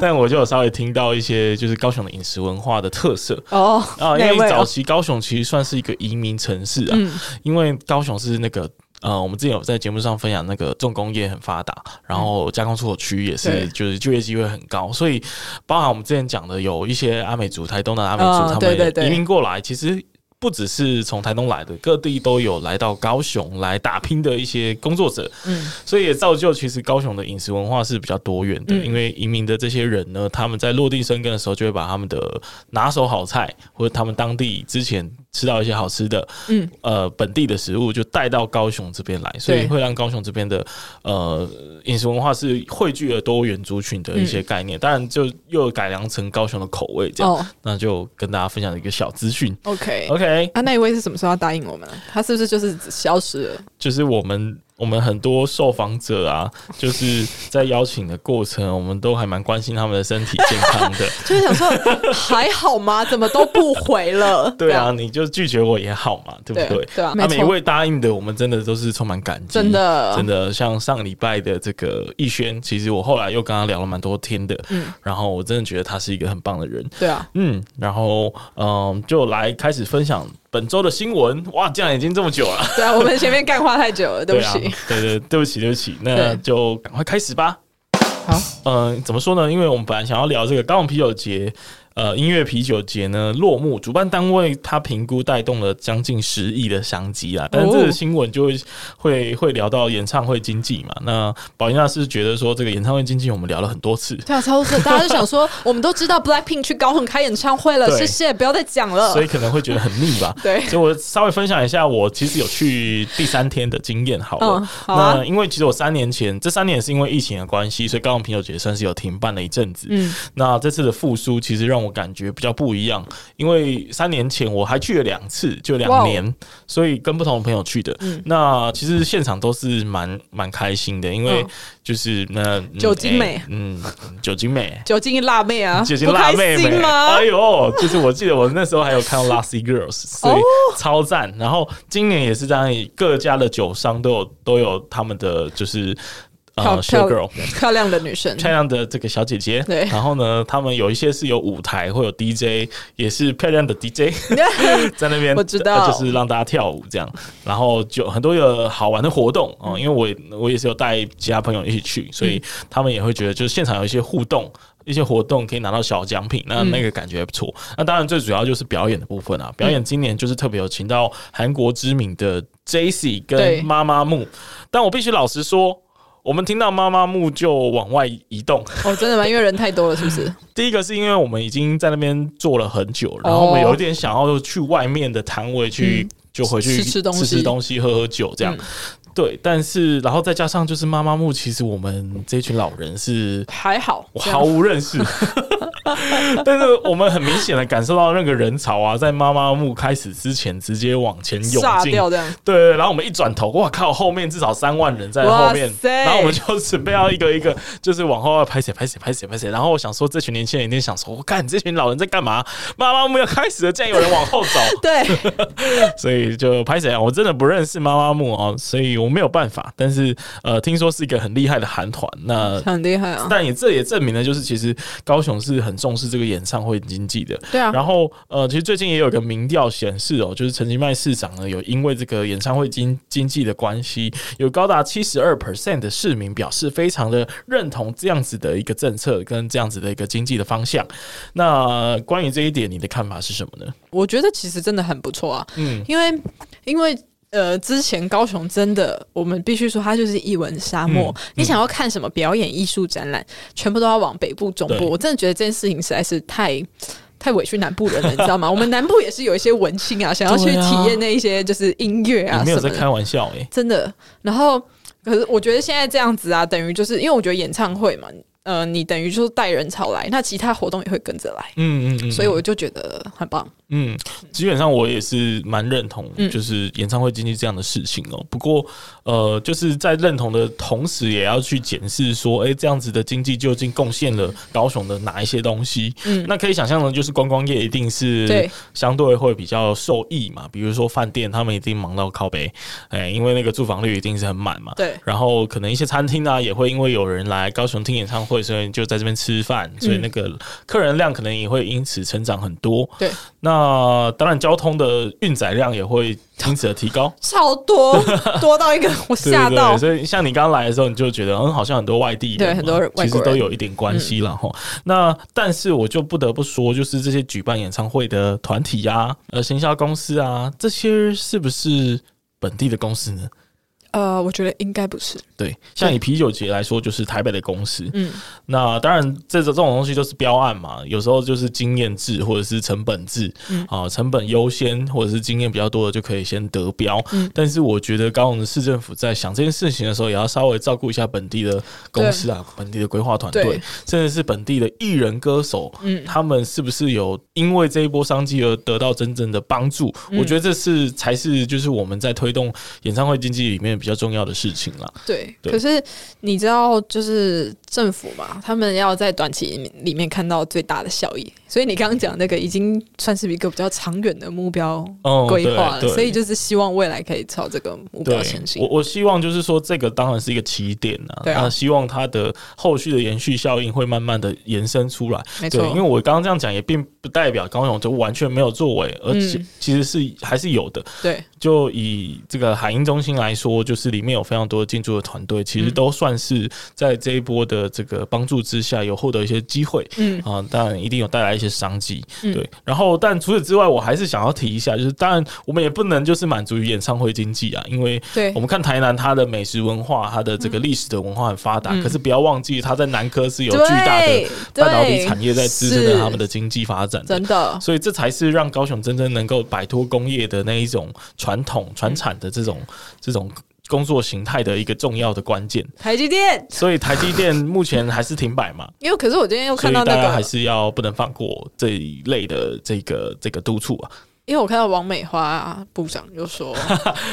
S3: 但我就有稍微听到一些就是高雄的饮食文化的特色。
S4: 哦，
S3: 啊，因
S4: 哪
S3: 为
S4: 位
S3: 早
S4: 哦
S3: 期高雄其实算是一个移民城市啊，
S4: 嗯
S3: 因为高雄是那个呃，我们之前有在节目上分享那个重工业很发达，然后加工出口区也是
S4: 嗯对
S3: 就是就业机会很高，所以包含我们之前讲的有一些阿美族、台东的阿美
S4: 哦
S3: 族，
S4: 对对
S3: 他
S4: 对
S3: 们移民过来，其实。不只是从台东来的，各地都有来到高雄来打拼的一些工作者，
S4: 嗯，
S3: 所以也造就其实高雄的饮食文化是比较多元的，
S4: 嗯
S3: 因为移民的这些人呢，他们在落地生根的时候，就会把他们的拿手好菜或者他们当地之前吃到一些好吃的，
S4: 嗯，
S3: 呃，本地的食物就带到高雄这边来，所以
S4: 对
S3: 会让高雄这边的呃饮食文化是汇聚了多元族群的一些概念，当然就又改良成高雄的口味这样，
S4: 嗯哦
S3: 那就跟大家分享一个小资讯。
S4: ，OK。
S3: OK，
S4: 啊，那一位是什么时候要答应我们呢？他是不是就是消失了？
S3: 就是我们我们很多受访者啊，就是在邀请的过程，我们都还蛮关心他们的身体健康 的。
S4: 就是想说还好吗？怎么都不回了？
S3: 对
S4: 这
S3: 啊，
S4: 样，
S3: 你就拒绝我也好嘛，对不对
S4: 对？对啊
S3: 那
S4: 没
S3: 每一
S4: 错
S3: 位答应的，我们真的都是充满感激，
S4: 真的
S3: 真的。像上礼拜的这个逸轩，其实我后来又跟他聊了蛮多天的，嗯，然后我真的觉得他是一个很棒的人，
S4: 对啊，
S3: 嗯，然后嗯，就来开始分享本周的新闻。哇，这样已经这么久了，
S4: 对啊，我们前面干话太久了，对不起。
S3: 啊，对对，对不起，对不起，那
S4: 对
S3: 就赶快开始吧。
S4: 好，
S3: 嗯、怎么说呢？因为我们本来想要聊这个高雄啤酒节，呃，音乐啤酒节呢落幕，主办单位它评估带动了将近十亿的商机
S4: 哦
S3: 啊，但是这个新闻就会会会聊到演唱会经济嘛。那宝仪娜是觉得说这个演唱会经济我们聊了很多次，
S4: 对啊，超市大家就想说，我们都知道 Blackpink 去高雄开演唱会了，
S3: 对
S4: 谢谢，不要再讲了。
S3: 所。以可能会觉得很腻吧
S4: 对
S3: 所以我稍微分享一下我其实有去第三天的经验好了。
S4: 嗯好啊
S3: 那因为其实我三年前，这三年也是因为疫情的关系，所以高雄啤酒节算是有停办了一阵子。
S4: 嗯，
S3: 那这次的复苏其实让我感觉比较不一样，因为三年前我还去了两次，就
S4: 哇
S3: 两
S4: 哦嗯
S3: 年，所以跟不同的朋友去的。那其实现场都是蛮蛮开心的，因为
S4: 嗯
S3: 就是那、嗯
S4: 酒精美
S3: 哎嗯，酒精美，
S4: 酒精辣妹啊，
S3: 姐姐
S4: 不
S3: 辣
S4: 开
S3: 妹妹，
S4: 心吗
S3: 哎？呦，就是我记得我那时候还有看到 Lassie Girls，所以
S4: 哦
S3: 超赞。然后今年也是这样，各家的酒商都有都有他们的就是
S4: 漂
S3: 呃 show
S4: 漂
S3: girl。
S4: 漂亮的女生，
S3: 漂亮的这个小姐姐，
S4: 对
S3: 然后呢，他们有一些是有舞台，会有 DJ，也是漂亮的 DJ 在那边，
S4: 我知道
S3: 呃就是让大家跳舞这样，然后就很多有好玩的活动哦、
S4: 嗯
S3: 因为我也我也是有带其他朋友一起去，所以他们也会觉得就是现场有一些互动。一些活动可以拿到小奖品，
S4: 嗯
S3: 那那个感觉还不错。那当然最主要就是表演的部分啊，表演今年就是特别有请到韩国知名的 j c
S4: 对
S3: 跟妈妈木，但我必须老实说，我们听到妈妈木就往外移动。
S4: 哦，真的吗？因为人太多了，是不是？
S3: 第一个是因为我们已经在那边坐了很久，然后我们
S4: 哦
S3: 有一点想要去外面的摊位去，就回去
S4: 嗯吃吃东西嗯
S3: 吃东西、喝喝酒这样。对，但是然后再加上就是妈妈木，其实我们这群老人是
S4: 还好，
S3: 我
S4: 这样
S3: 毫无认 识，但是我们很明显的感受到那个人潮啊，在妈妈木开始之前直接往前涌
S4: 炸
S3: 进，
S4: 掉这样。
S3: 对，然后我们一转头，哇靠，后面至少三万人在后面
S4: 哇，塞
S3: 然后我们就准备要一个一个，就是往后要拍谁拍谁拍谁拍谁。然后我想说，这群年轻人一定想说，我干，这群老人在干嘛？妈妈木要开始了，竟然有人往后 走，
S4: 对，
S3: 所以就拍谁啊？我真的不认识妈妈木哦，所以我没有办法。但是呃，听说是一个很厉害的韩团，那。
S4: 很厉害啊。
S3: 但也这也证明了，就是其实高雄是很重视这个演唱会经济的，
S4: 对啊，
S3: 然后呃，其实最近也有一个民调显示哦，就是陈其迈市长呢有因为这个演唱会经经济的关系，有高达七十二 percent 的市民表示非常的认同这样子的一个政策跟这样子的一个经济的方向。那关于这一点，你的看法是什么呢？
S4: 我觉得其实真的很不错啊，
S3: 嗯，
S4: 因为因为呃，之前高雄真的，我们必须说它就是艺文沙漠。
S3: 嗯
S4: 你想要看什么表演、艺术展览，全部都要往北部、中
S3: 对
S4: 部。我真的觉得这件事情实在是太。太委屈南部人了，你知道吗？ 我们南部也是有一些文青啊，想要去
S3: 对啊
S4: 体验那一些就是音乐啊
S3: 你没
S4: 什
S3: 有
S4: 么
S3: 在
S4: 的，
S3: 开玩笑诶、
S4: 真的。然后可是我觉得现在这样子啊，等于就是因为我觉得演唱会嘛，呃，你等于就是带人潮来，那其他活动也会跟着来，
S3: 嗯嗯嗯，
S4: 所以我就觉得很棒。
S3: 嗯，基本上我也是蛮认同，
S4: 嗯
S3: 就是演唱会经济这样的事情哦、不过，呃，就是在认同的同时，也要去检视说，哎、这样子的经济究竟贡献了高雄的哪一些东西？
S4: 嗯
S3: 那可以想象的，就是观光业一定是
S4: 对
S3: 相对会比较受益嘛。比如说饭店，他们一定忙到靠北，哎、因为那个住房率一定是很满嘛。
S4: 对
S3: 然后可能一些餐厅啊，也会因为有人来高雄听演唱会，所以就在这边吃饭，所
S4: 嗯
S3: 以那个客人量可能也会因此成长很多。
S4: 对，。
S3: 那当然交通的运载量也会因此而提高
S4: 超 多多到一个我
S3: 对
S4: 吓
S3: 对
S4: 到
S3: 对，，所以像你刚来的时候，你就觉得嗯，好像很多外地人嘛，
S4: 对很多人嗯
S3: 其
S4: 外
S3: 实
S4: 国人
S3: 都有一点关系了哈。那但是我就不得不说，就是这些举办演唱会的团体呀、呃，行销公司啊，这些是不是本地的公司呢？
S4: 呃，我觉得应该不是，
S3: 对，像以啤酒节来说，就是台北的公司。
S4: 嗯，
S3: 那当然，这种这种东西就是标案嘛，有时候就是经验制或者是成本制，
S4: 嗯
S3: 啊，成本优先或者是经验比较多的就可以先得标。
S4: 嗯
S3: 但是我觉得高雄的市政府在想这件事情的时候，也要稍微照顾一下本地的公司啊，本地的规划团队
S4: 对，
S3: 甚至是本地的艺人歌手。
S4: 嗯，
S3: 他们是不是有因为这一波商机而得到真正的帮助？
S4: 嗯
S3: 我觉得这是才是就是我们在推动演唱会经济里面比较重要的事情啦。
S4: 对。
S3: 对
S4: 可是你知道，就是政府嘛，他们要在短期里面看到最大的效益，所以你刚刚讲那个已经算是一个比较长远的目标
S3: 哦
S4: 规划了，
S3: 对对
S4: 所以就是希望未来可以朝这个目
S3: 对
S4: 标前，进
S3: 我。我希望就是说，这个当然是一个起点啊，
S4: 对啊
S3: 那希望它的后续的延续效应会慢慢的延伸出来。
S4: 没
S3: 对，
S4: 错，
S3: 因为我刚刚这样讲，也并不代表高雄就完全没有作为，而且
S4: 嗯
S3: 其实是还是有的。
S4: 对
S3: 就以这个海英中心来说，就是里面有非常多的进驻的团队，其实
S4: 嗯
S3: 都算是在这一波的这个帮助之下，有获得一些机会。
S4: 嗯
S3: 啊，当然一定有带来一些商机，
S4: 嗯
S3: 对。然后，但除此之外，我还是想要提一下，就是当然我们也不能就是满足于演唱会经济啊，因为
S4: 对
S3: 我们看台南它的美食文化，它的这个历史的文化很发达，
S4: 嗯
S3: 可是不要忘记它在南科是有
S4: 对
S3: 巨大的半导体
S4: 对
S3: 产业在支撑着
S4: 是
S3: 他们的经济发展的
S4: 真的
S3: 所以这才是让高雄真正能够摆脱工业的那一种传统
S4: 嗯
S3: 传产的这种这种工作形态的一个重要的关键。
S4: 台积电。
S3: 所以台积电目前还是停摆嘛，
S4: 因为可是我今天又
S3: 所
S4: 看
S3: 以
S4: 到
S3: 大
S4: 那
S3: 家还
S4: 个，
S3: 是要不能放过这一类的这个这个督促啊。
S4: 因为我看到王美花部长 就说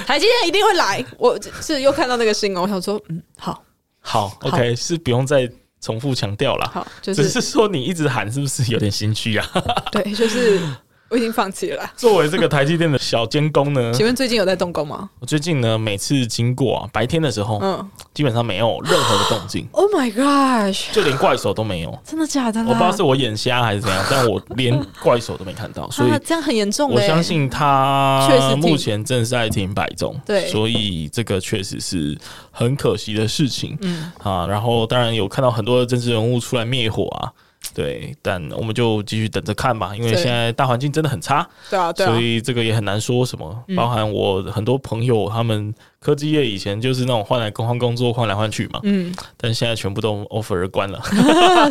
S4: 台积电一定会来，我是又看到那个新闻，我想说，嗯，好
S3: 好，OK，是不用再重复强调了。
S4: 好，就
S3: 只是
S4: 是
S3: 说你一直喊，是不是有点心虚 啊？
S4: 对，就是我已经放弃了啦。
S3: 作为这个台积电的小监工 呢，
S4: 请问最近有在动工吗？
S3: 我最近呢每次经过啊，白天的时候、
S4: 嗯，
S3: 基本上没有任何的动静
S4: ，Oh my gosh，
S3: 就连怪手都 没有。
S4: 真的假的啦？
S3: 我不知道是我眼瞎还是怎样，但我连怪手都没看 到，所以
S4: 啊、这样很严重、欸，
S3: 我相信
S4: 确实
S3: 他
S4: 挺
S3: 目前正在停摆中，
S4: 对
S3: 所以这个确实是很可惜的事情。
S4: 嗯
S3: 啊，然后当然有看到很多的政治人物出来灭火啊，对，但我们就继续等着看吧，因为
S4: 对
S3: 现在大环境真的很差，
S4: 对啊对啊嗯
S3: 所，以这个也很难说什么。包含我很多朋友，他们科技业以前就是那种换来换工作，换来换去嘛，
S4: 嗯，
S3: 但现在全部都 offer 关了。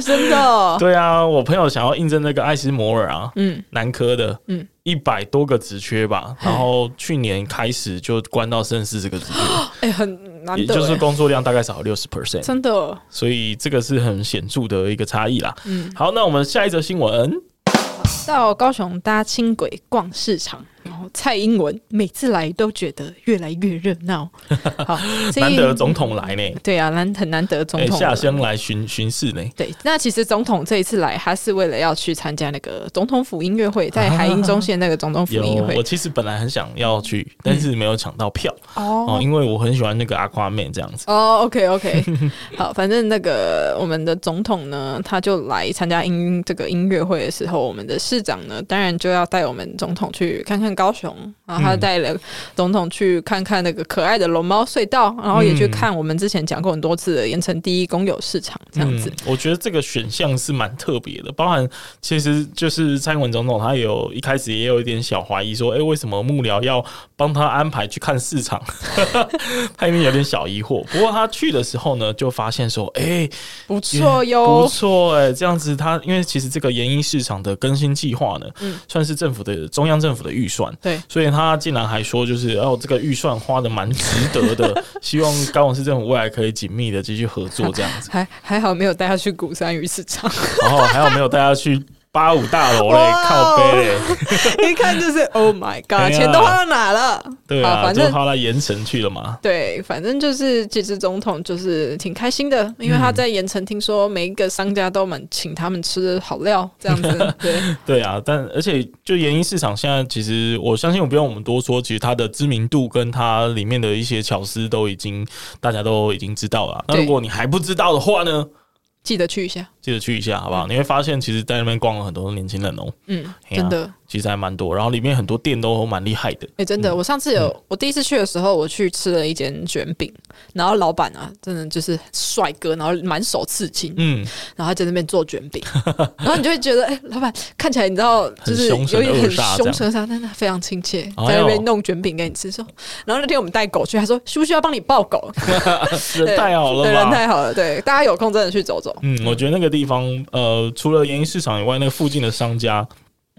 S4: 真的，
S3: 对啊，我朋友想要应征那个艾斯摩尔啊，
S4: 嗯
S3: 南科的，
S4: 嗯
S3: 一百多个职缺吧，然后去年开始就关到剩四十个职缺，
S4: 哎、很难
S3: 也
S4: 得、
S3: 就是
S4: 欸，
S3: 工作量大概少六十 percent，
S4: 真的，
S3: 所以这个是很显著的一个差异啦。
S4: 嗯，
S3: 好，那我们下一则新闻，
S4: 到高雄搭轻轨逛市场，然后蔡英文每次来都觉得越来越热闹。 好，这一
S3: 难得总统来呢，
S4: 对啊，难很难得总
S3: 哎，
S4: 统、
S3: 下乡。来巡巡视呢，
S4: 对，那其实总统这一次来，他是为了要去参加那个总统府音乐会，在海鹰中线那个总统府
S3: 有
S4: 音乐会
S3: 我。其实本来很想要去，但是没有抢到票哦，
S4: 哦
S3: 因为我很喜欢那个阿夸妹这样子。
S4: 哦，OK OK，好，反正那个我们的总统呢，他就来参加音这个音乐会的时候，我们的市长呢，当然就要带我们总统去看看高雄，然后他
S3: 嗯
S4: 带了总统去看看那个可爱的龙猫隧道，然后也
S3: 嗯
S4: 去看我们之前讲过很多次的盐城第一公有市场这样子。
S3: 嗯。我觉得这个选项是蛮特别的，包含其实就是蔡英文总统他有一开始也有一点小怀疑说，哎、为什么幕僚要帮他安排去看市场？ 他一定有点小疑惑。不过他去的时候呢，就发现说，哎、
S4: 不错
S3: 不
S4: 哟，
S3: 错哎、这样
S4: 嗯
S3: 子他因为其实这个研一市场的更新计划呢，算是政府的中央政府的预算，
S4: 对，
S3: 所以他竟然还说，就是哦，这个预算花的蛮值得的， 希望高雄市政府未来可以紧密的继续合作这样子。
S4: 还还好没有带他去鼓山鱼市场，
S3: 然后还有没有大家去八五大楼嘞
S4: 哇哦，
S3: 靠背嘞？
S4: 一看就是 Oh my
S3: 哎
S4: God，
S3: 呀
S4: 钱都花到哪了？
S3: 对
S4: 好
S3: 啊，
S4: 反
S3: 就
S4: 正
S3: 跑到盐城去了嘛。
S4: 对，反正就是这次总统就是挺开心的，因为他在盐城听说每一个商家都蛮请他们吃好料这样 子，对，
S3: 对啊，但而且就研一市场现在，其实我相信我不用我们多说，其实它的知名度跟它里面的一些巧思都已经大家都已经知道了啊。那
S4: 对
S3: 如果你还不知道的话呢，
S4: 记得去一下，
S3: 记得去一下好不好？你会发现，其实在那边逛了很多年轻人哦、
S4: 嗯，
S3: 嘿啊
S4: 真的。
S3: 其实还蛮多，然后里面很多店都蛮厉害的。
S4: 哎、真的，我上次
S3: 嗯
S4: 有我第一次去的时候，我去吃了一间卷饼，然后老板啊，真的就是帅哥，然后满手刺青，
S3: 嗯，
S4: 然后他在那边做卷饼， 然后你就会觉得，哎、老板看起来你知道，就是
S3: 很凶神
S4: 有点很
S3: 恶煞
S4: 凶神恶煞，但是他非常亲切，
S3: 哎呦
S4: 在那边弄卷饼给你吃。说，然后那天我们带狗去，他说需不需要帮你抱狗？
S3: 人太好了
S4: 对，人
S3: 吧？
S4: 太好了，对，大家有空真的去走走。
S3: 嗯，我觉得那个地方，呃，除了研一市场以外，那个附近的商家。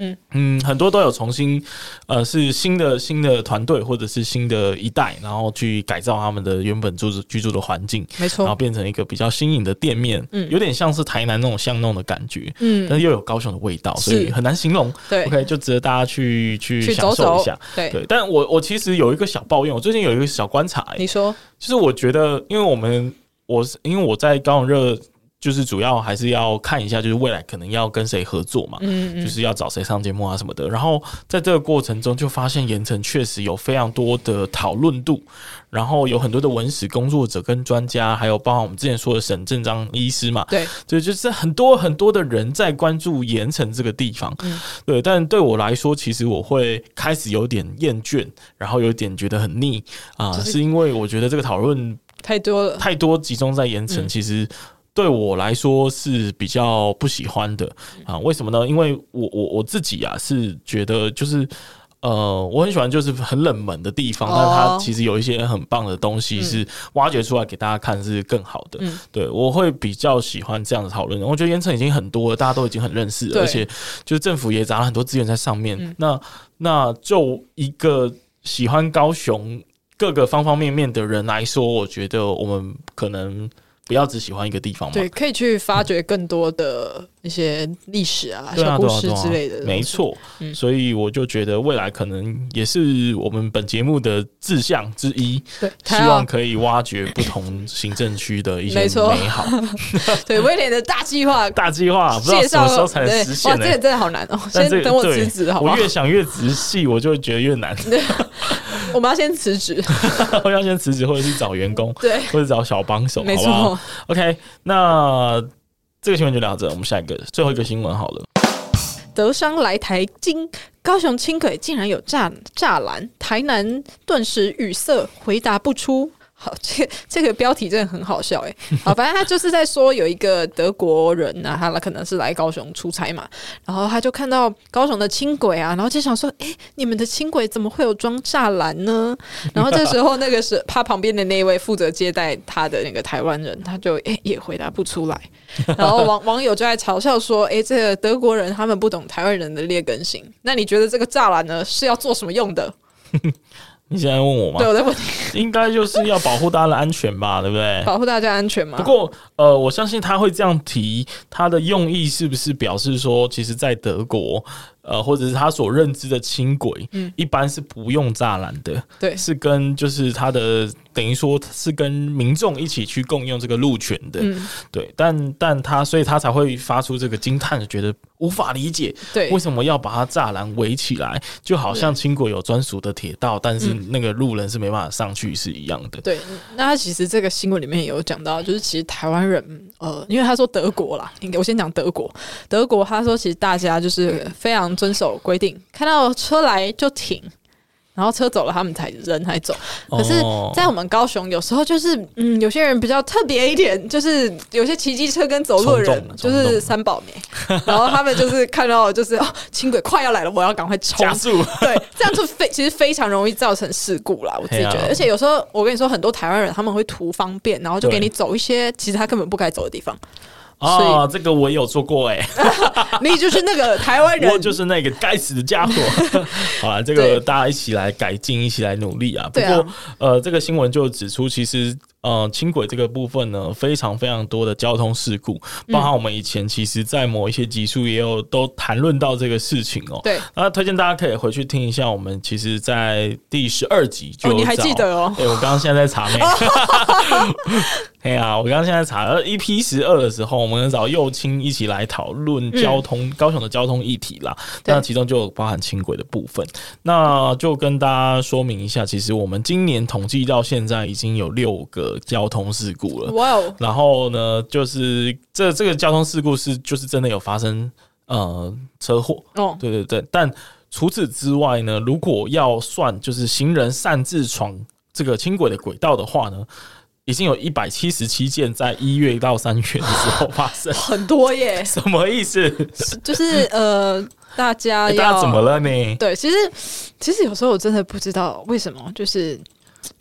S4: 嗯
S3: 嗯，很多都有重新，呃，是新的新的团队或者是新的一代，然后去改造他们的原本住住居住的环境，
S4: 没
S3: 然后
S4: 错，
S3: 变成一个比较新颖的店面，
S4: 哦嗯
S3: 有点像是台南那种巷弄的感觉，但
S4: 嗯，
S3: 是又有高雄的味道，所以
S4: 是
S3: 很难形容。
S4: 对，
S3: OK，就值得大家去去
S4: 去
S3: 享
S4: 走
S3: 受
S4: 走
S3: 一下。，
S4: 对，
S3: 对，但我我其实有一个小抱怨，我最近有一个小观察、欸
S4: 你说，
S3: 就是我觉得，因为我们我是因为我在高雄热，就是主要还是要看一下，就是未来可能要跟谁合作嘛，
S4: 嗯
S3: 就
S4: 嗯，
S3: 是要找谁上节目啊什么的。然后在这个过程中，就发现盐城确实有非常多的讨论度，然后有很多的文史工作者跟专家，还有包含我们之前说的沈正章医师嘛，
S4: 对，
S3: 对，就是很多很多的人在关注盐城这个地方，
S4: 嗯
S3: 对，但对我来说，其实我会开始有点厌倦，然后有点觉得很腻啊、
S4: 就是
S3: 是因为我觉得这个讨论
S4: 太多了，
S3: 太多集中在盐城，
S4: 嗯
S3: 其实。对我来说是比较不喜欢的
S4: 嗯
S3: 啊，为什么呢？因为我我我自己啊是觉得就是呃，我很喜欢就是很冷门的地方，
S4: 哦
S3: 但它其实有一些很棒的东西
S4: 嗯
S3: 是挖掘出来给大家看是更好的。
S4: 嗯
S3: 对，我会比较喜欢这样的讨论。我觉得盐城已经很多了，大家都已经很认识了，
S4: 对
S3: 而且就是政府也砸了很多资源在上面。
S4: 嗯
S3: 那那就一个喜欢高雄各个方方面面的人来说，我觉得我们可能不要只喜欢一个地方嘛。
S4: 对，可以去发掘更多的一些历史啊、
S3: 对
S4: 小
S3: 啊，
S4: 故
S3: 对啊
S4: 事
S3: 对啊
S4: 之类的，
S3: 没。错。
S4: 嗯
S3: 所以我就觉得未来可能也是我们本节目的志向之一，
S4: 对，
S3: 希
S4: 他要
S3: 望可以挖掘不同行政区的一些
S4: 没错
S3: 美好
S4: 对威廉的大计划
S3: 大计划，啊不知道
S4: 介
S3: 什
S4: 绍
S3: 么时候才能实现
S4: 哇，
S3: 呢、
S4: 这个真的好难哦！
S3: 但
S4: 先
S3: 这个
S4: 等我
S3: 对
S4: 辞职好不
S3: 我
S4: 好？
S3: 越想越仔细，我就觉得越 难。
S4: 我们要先辞职，
S3: 我要先辞职，或者是找员工，
S4: 对，
S3: 或者找小帮手，
S4: 没
S3: 好不好
S4: 错。
S3: OK，那这个新闻就聊到这，我们下一个最后一个新闻好了。
S4: 德商来台经，高雄轻轨竟然有栅栅栏，台南顿时语塞，回答不出。好， 这个这个标题真的很好笑哎、好，反正他就是在说有一个德国人啊，他可能是来高雄出差嘛，然后他就看到高雄的轻轨啊，然后就想说，哎、你们的轻轨怎么会有装栅栏呢？然后这时候那个是他旁边的那一位负责接待他的那个台湾人，他就哎、也回答不出来，然后网网友就在嘲笑说：“诶，这个德国人他们不懂台湾人的劣根性。那你觉得这个栅栏呢是要做什么用的？”
S3: 你现在问我吗
S4: 对，？我在问你，
S3: 应该就是要保护大家的安全吧，对不 对？
S4: 保护大家安全嘛。
S3: 不过，呃，我相信他会这样提，他的用意是不是表示说，其实，在德国，呃，或者是他所认知的轻轨，
S4: 嗯
S3: 一般是不用栅栏的，
S4: 对
S3: 是跟就是他的等于说是跟民众一起去共用这个路权的，
S4: 嗯，
S3: 对。但但他所以他才会发出这个惊叹，觉得无法理解
S4: 对
S3: 为，什么要把它栅栏围起来，就好像轻轨有专属的铁道，但是那个路人是没办法上去是一样的。
S4: 嗯对。那他其实这个新闻里面也有讲到，就是其实台湾人，呃，因为他说德国啦，应该我先讲德国。德国他说，其实大家就是非常遵守规定，看到车来就停，然后车走了他们才人才走。可是
S3: 哦，
S4: 在我们高雄，有时候就是，嗯，有些人比较特别一点，就是有些骑机车跟走路的
S3: 冲动了
S4: 人，就
S3: 冲动
S4: 是
S3: 了
S4: 三宝妹，然后他们就是看到就是哦，轻轨快要来了，我要赶快冲
S3: 加，速。
S4: 对，这样就非其实非常容易造成事故啦，我自己觉
S3: 嘿
S4: 得
S3: 啊。
S4: 而且有时候我跟你说，很多台湾人他们会图方便，然后就
S3: 对
S4: 给你走一些其实他根本不该走的地方，
S3: 啊，这个我也有做过哎、
S4: 你就是那个台湾人，
S3: 我就是那个该死的 家伙。好啦，这
S4: 对
S3: 个大家一起来改进，一起来努力啊。不
S4: 对
S3: 过，
S4: 啊
S3: 呃，这个新闻就指出，其实呃，轻轨这个部分呢，非常非常多的交通事故，
S4: 嗯
S3: 包含我们以前其实，在某一些集数也有都谈论到这个事情哦、
S4: 对，
S3: 那推荐大家可以回去听一下，我们其实，在第十二集就
S4: 哦
S3: 有
S4: 你还
S3: 找
S4: 记得 哦
S3: 哎对，我刚刚现在在查妹。哎呀，我刚刚现在查了 EP 十二的时候，我们找右青一起来讨论交通、高雄的交通议题啦。
S4: 对
S3: 那其中就有包含轻轨的部分。那就跟大家说明一下，其实我们今年统计到现在已经有六个交通事故了。
S4: 哇哦，
S3: 然后呢，就是这这个交通事故是就是真的有发生呃车祸，
S4: 哦，，
S3: 对对对，但除此之外呢，如果要算就是行人擅自闯这个轻轨的轨道的话呢，已经有一百七十七件在一月到三月的时候发生
S4: 很多耶，
S3: 什么意思？
S4: 就是呃，大家
S3: 欸
S4: 要
S3: 大家怎么了呢？
S4: 对，其实其实有时候我真的不知道为什么，就是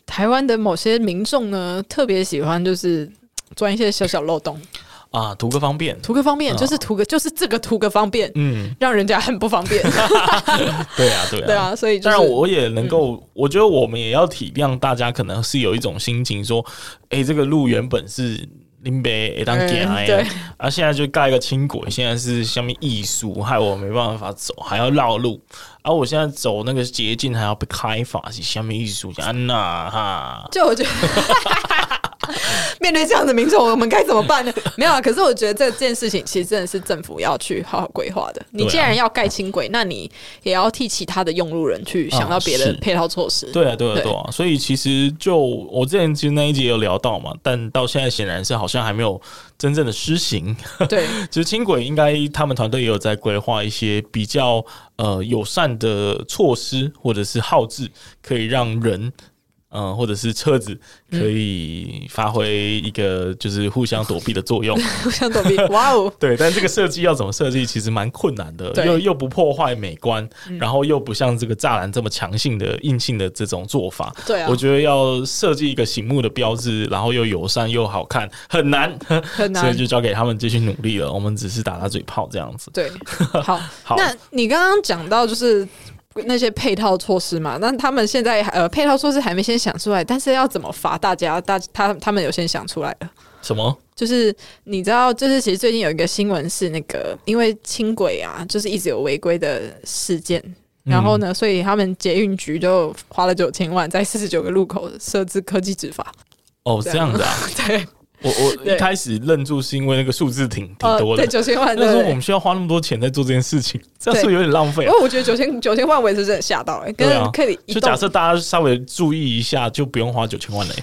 S4: 台湾的某些民众呢，特别喜欢就是钻一些小小漏洞，
S3: 啊，图个方便。
S4: 图个方便，
S3: 嗯
S4: 就是图个，就是这个图个方便，
S3: 嗯，
S4: 让人家很不方便。
S3: 对啊，对啊，
S4: 对啊，所以就
S3: 当
S4: 是嗯
S3: 然，我也能够，我觉得我们也要体谅大家，可能是有一种心情说，哎、这个路原本是林北一当点
S4: 嗯对
S3: 哎，啊，现在就盖一个轻轨，现在是下面艺术，害我没办法走，还要绕路，啊，我现在走那个捷径还要被开发，是下面艺术，安娜哈，
S4: 就 我觉得。面对这样的民众，我们该怎么 办呢？没有啊，可是我觉得这件事情其实真的是政府要去好好规划的。你
S3: 对啊
S4: 既然要盖轻轨，那你也要替其他的用路人去想到别
S3: 啊是
S4: 的配套措施。
S3: 对啊，对啊，
S4: 对
S3: 对啊，所以其实就我之前其实那一集有聊到嘛，但到现在显然是好像还没有真正的施行，
S4: 对
S3: 其实轻轨应该他们团队也有在规划一些比较呃友善的措施，或者是号志，可以让人。嗯，或者是车子可以发挥一个就是互相躲避的作用，
S4: 互 相躲避。哇哦，
S3: 对。但这个设计要怎么设计，其实蛮困难的，
S4: 对
S3: 又又不破坏美观，然后又不像这个栅栏这么强性的硬性的这种做法。
S4: 对啊
S3: 我觉得要设计一个醒目的标志，然后又友善又好看，很难，
S4: 很
S3: 所以
S4: 难。
S3: 就交给他们继续努力了。我们只是打打嘴炮这样子。
S4: 对，好。
S3: 好
S4: 那你刚刚讲到就是那些配套措施嘛，那他们现在呃配套措施还没先想出来，但是要怎么罚大家？大他他们有先想出来了。
S3: 什么？
S4: 就是你知道，就是其实最近有一个新闻是那个，因为轻轨啊，就是一直有违规的事件，
S3: 嗯
S4: 然后呢，所以他们捷运局就花了九千万在四十九个路口设置科技执法。
S3: 哦，
S4: 这
S3: 这
S4: 样
S3: 样子 啊！
S4: 对，
S3: 我我
S4: 对
S3: 一开始愣住是因为那个数字挺挺
S4: 呃，
S3: 多
S4: 对，
S3: 的，
S4: 九千万。
S3: 那时候我
S4: 对
S3: 们需要花那么多钱在做这件事情，这样是不是有点浪费
S4: 不
S3: 啊。
S4: 过我觉得九千九千万，我也是真的吓到哎、欸，
S3: 对
S4: 跟
S3: 啊
S4: 可以移
S3: 就
S4: 动
S3: 假设大家稍微注意一下，就不用花九千万嘞。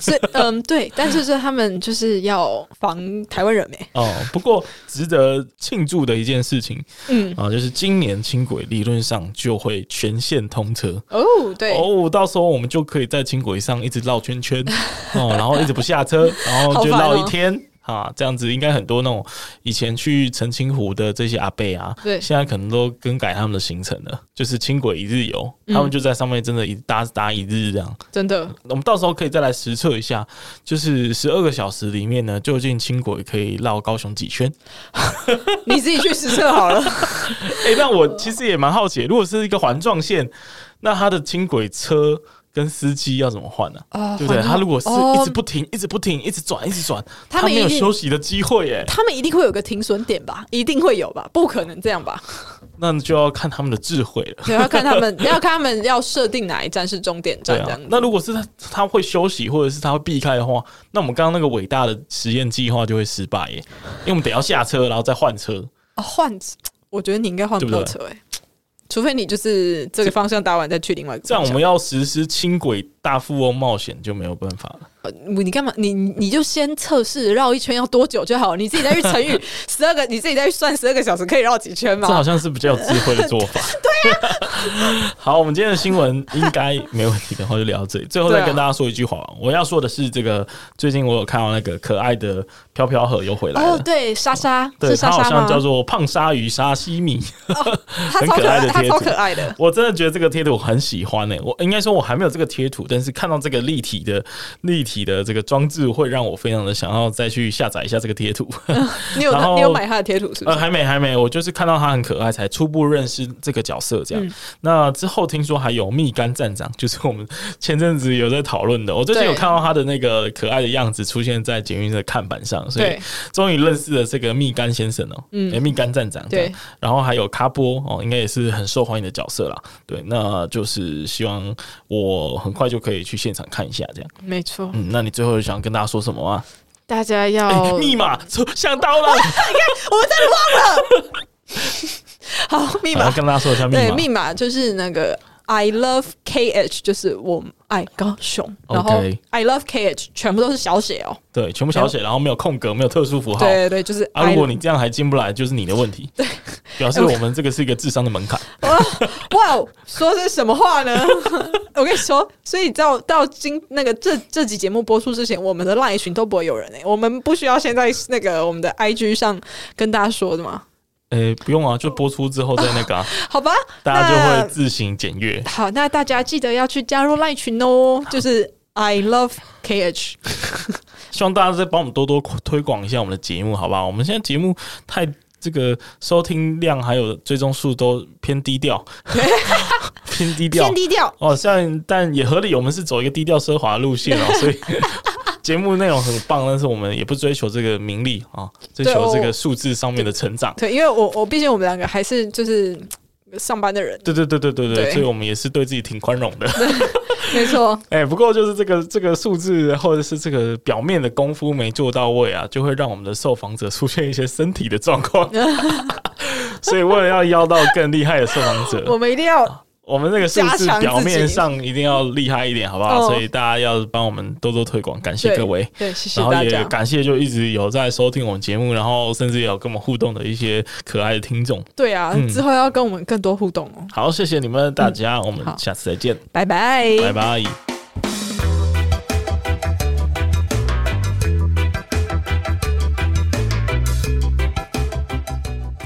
S4: 是嗯对，但是是他们就是要防台湾人哎、
S3: 哦，不过值得庆祝的一件事情
S4: 嗯
S3: 啊，就是今年轻轨理论上就会全线通车。
S4: 哦对
S3: 哦，到时候我们就可以在轻轨上一直绕圈 圈哦，然后一直不下车，然后就
S4: 好烦哦
S3: 绕一天。啊，这样子应该很多那种以前去澄清湖的这些阿贝啊，
S4: 对
S3: 现在可能都更改他们的行程了，就是轻轨一日游，
S4: 嗯
S3: 他们就在上面真的一搭搭一日这样。
S4: 真的
S3: 我们到时候可以再来实测一下，就是十二个小时里面呢，究竟轻轨可以绕高雄几 圈？
S4: 你自己去实测好了。
S3: 哎、那我其实也蛮好奇，如果是一个环状线，那它的轻轨车跟司机要怎么换呢、
S4: 啊
S3: 对不对？
S4: 环
S3: 他如果是
S4: 哦
S3: 一直不停、一直不停、一直转、一直转，
S4: 他
S3: 他
S4: 们
S3: 没有
S4: 一定
S3: 休息的机会耶。
S4: 他们一定会有个停损点吧？一定会有吧？不可能这样吧？
S3: 那就要看他们的智慧了。
S4: 对，要看他们，要看他们要设定哪一站是终点
S3: 对
S4: 站 这
S3: 啊
S4: 样子。，
S3: 那如果是他他会休息，或者是他会避开的话，那我们刚刚那个伟大的实验计划就会失败耶，因为我们得要下车，然后再换车。
S4: 啊换、我觉得你应该换不
S3: 对不
S4: 到
S3: 对
S4: 车哎、除非你就是这个方向搭完再去另外一个
S3: 这样
S4: 方
S3: 我
S4: 向。
S3: 们要实施轻轨大富翁冒险就没有办法了。
S4: 呃你干嘛？你你你就先测试绕一圈要多久就好，你自己再去乘 以十二个，你自己再去算十二个小时可以绕几圈
S3: 这好
S4: 嘛？
S3: 像是比较有智慧的做 法。对啊。 好，我们今天的新闻应该没问题的话就聊到这里。最后
S4: 对
S3: 再
S4: 啊
S3: 跟大家说一句话，我要说的是，这个最近我有看到那个可爱的飘飘盒又回来了。
S4: 哦，对，莎莎
S3: 对，
S4: 是
S3: 它
S4: 莎
S3: 好
S4: 莎
S3: 像
S4: 吗？
S3: 叫做胖鲨鱼沙西米，
S4: 她
S3: 很
S4: 超
S3: 可
S4: 可
S3: 爱
S4: 爱，
S3: 的
S4: 她
S3: 贴
S4: 超
S3: 纸
S4: 可爱的。
S3: 欸我真的觉得这个贴图我很喜欢诶、我应该说我还没有这个贴图，但是看到这个立体的立体的这个装置会让我非常的想要再去下载一下这个贴图。
S4: 你有
S3: 然后
S4: 你有买他的贴图是不
S3: 呃，
S4: 是？
S3: 还没，还没，我就是看到他很可爱，才初步认识这个角色这
S4: 嗯
S3: 样。那之后听说还有蜜柑站长，就是我们前阵子有在讨论的，我最近
S4: 对
S3: 有看到他的那个可爱的样子出现在捷运的看板上，所以
S4: 对
S3: 终于认识了这个蜜柑先生哦、嗯，蜜柑站长这样
S4: 对
S3: 然后还有卡波哦，应该也是很受欢迎的角色啦。对，那就是希望我很快就可以去现场看一下这样。
S4: 没错，
S3: 嗯，那你最后想跟大家说什么吗？
S4: 大家要、
S3: 哎、密码想到了，
S4: 好 密
S3: 我
S4: 码
S3: 要，跟大家说一下密
S4: 对
S3: 码。
S4: 密码就是那个 I love KH，就是我爱高雄，然后
S3: OK
S4: I love KH 全部都是小写哦，
S3: 对，全部小写，然后没有空格，没有特殊符号。
S4: 对对，就是
S3: 啊，如
S4: I
S3: 果你这样还进不来，就是你的问题。对，表示我们这个是一个智商的门槛。
S4: 哇，说的是什么话呢？ 我跟你说，所以到到今那个这这集节目播出之前，我们的赖群都不会有人哎、我们不需要先在那个我们的 IG 上跟大家说的嘛，
S3: 诶，不用啊，就播出之后再那个、 啊，
S4: 好吧？
S3: 大家就
S4: 那
S3: 会自行检阅。
S4: 好，那大家记得要去加入赖群哦，就是 I love KH，
S3: 希望大家再帮我们多多推广一下我们的节目，好不好？我们现在节目太这个收听量还有追踪数都偏低 调，偏低调
S4: 偏，低调。
S3: 哦，像但也合理，我们是走一个低调奢华的路线 哦，所以节目内容很棒，但是我们也不追求这个名利啊、追
S4: 对
S3: 求
S4: 我
S3: 这个数字上面的成长。
S4: 对，因为我我毕竟我们两个还是就是上班的人，
S3: 对对对对对对，
S4: 对
S3: 所以我们也是对自己挺宽容的。
S4: 没错，
S3: 哎、不过就是这个这个数字或者是这个表面的功夫没做到位啊，就会让我们的受访者出现一些身体的状 况。所以为了要邀到更厉害的受访者，
S4: 我们一定要
S3: 我们那个数字表面上一定要厉害一点，好不好？
S4: 哦
S3: 所以大家要帮我们多多推广，感谢
S4: 对
S3: 各位。
S4: 对，谢谢
S3: 然后
S4: 大
S3: 也
S4: 家。
S3: 感谢就一直有在收听我们节目，然后甚至也有跟我们互动的一些可爱的听众。
S4: 对啊，
S3: 嗯
S4: 之后要跟我们更多互动哦，
S3: 好，谢谢你们大家，我们
S4: 嗯好
S3: 下次再见，
S4: 拜拜，
S3: 拜拜。非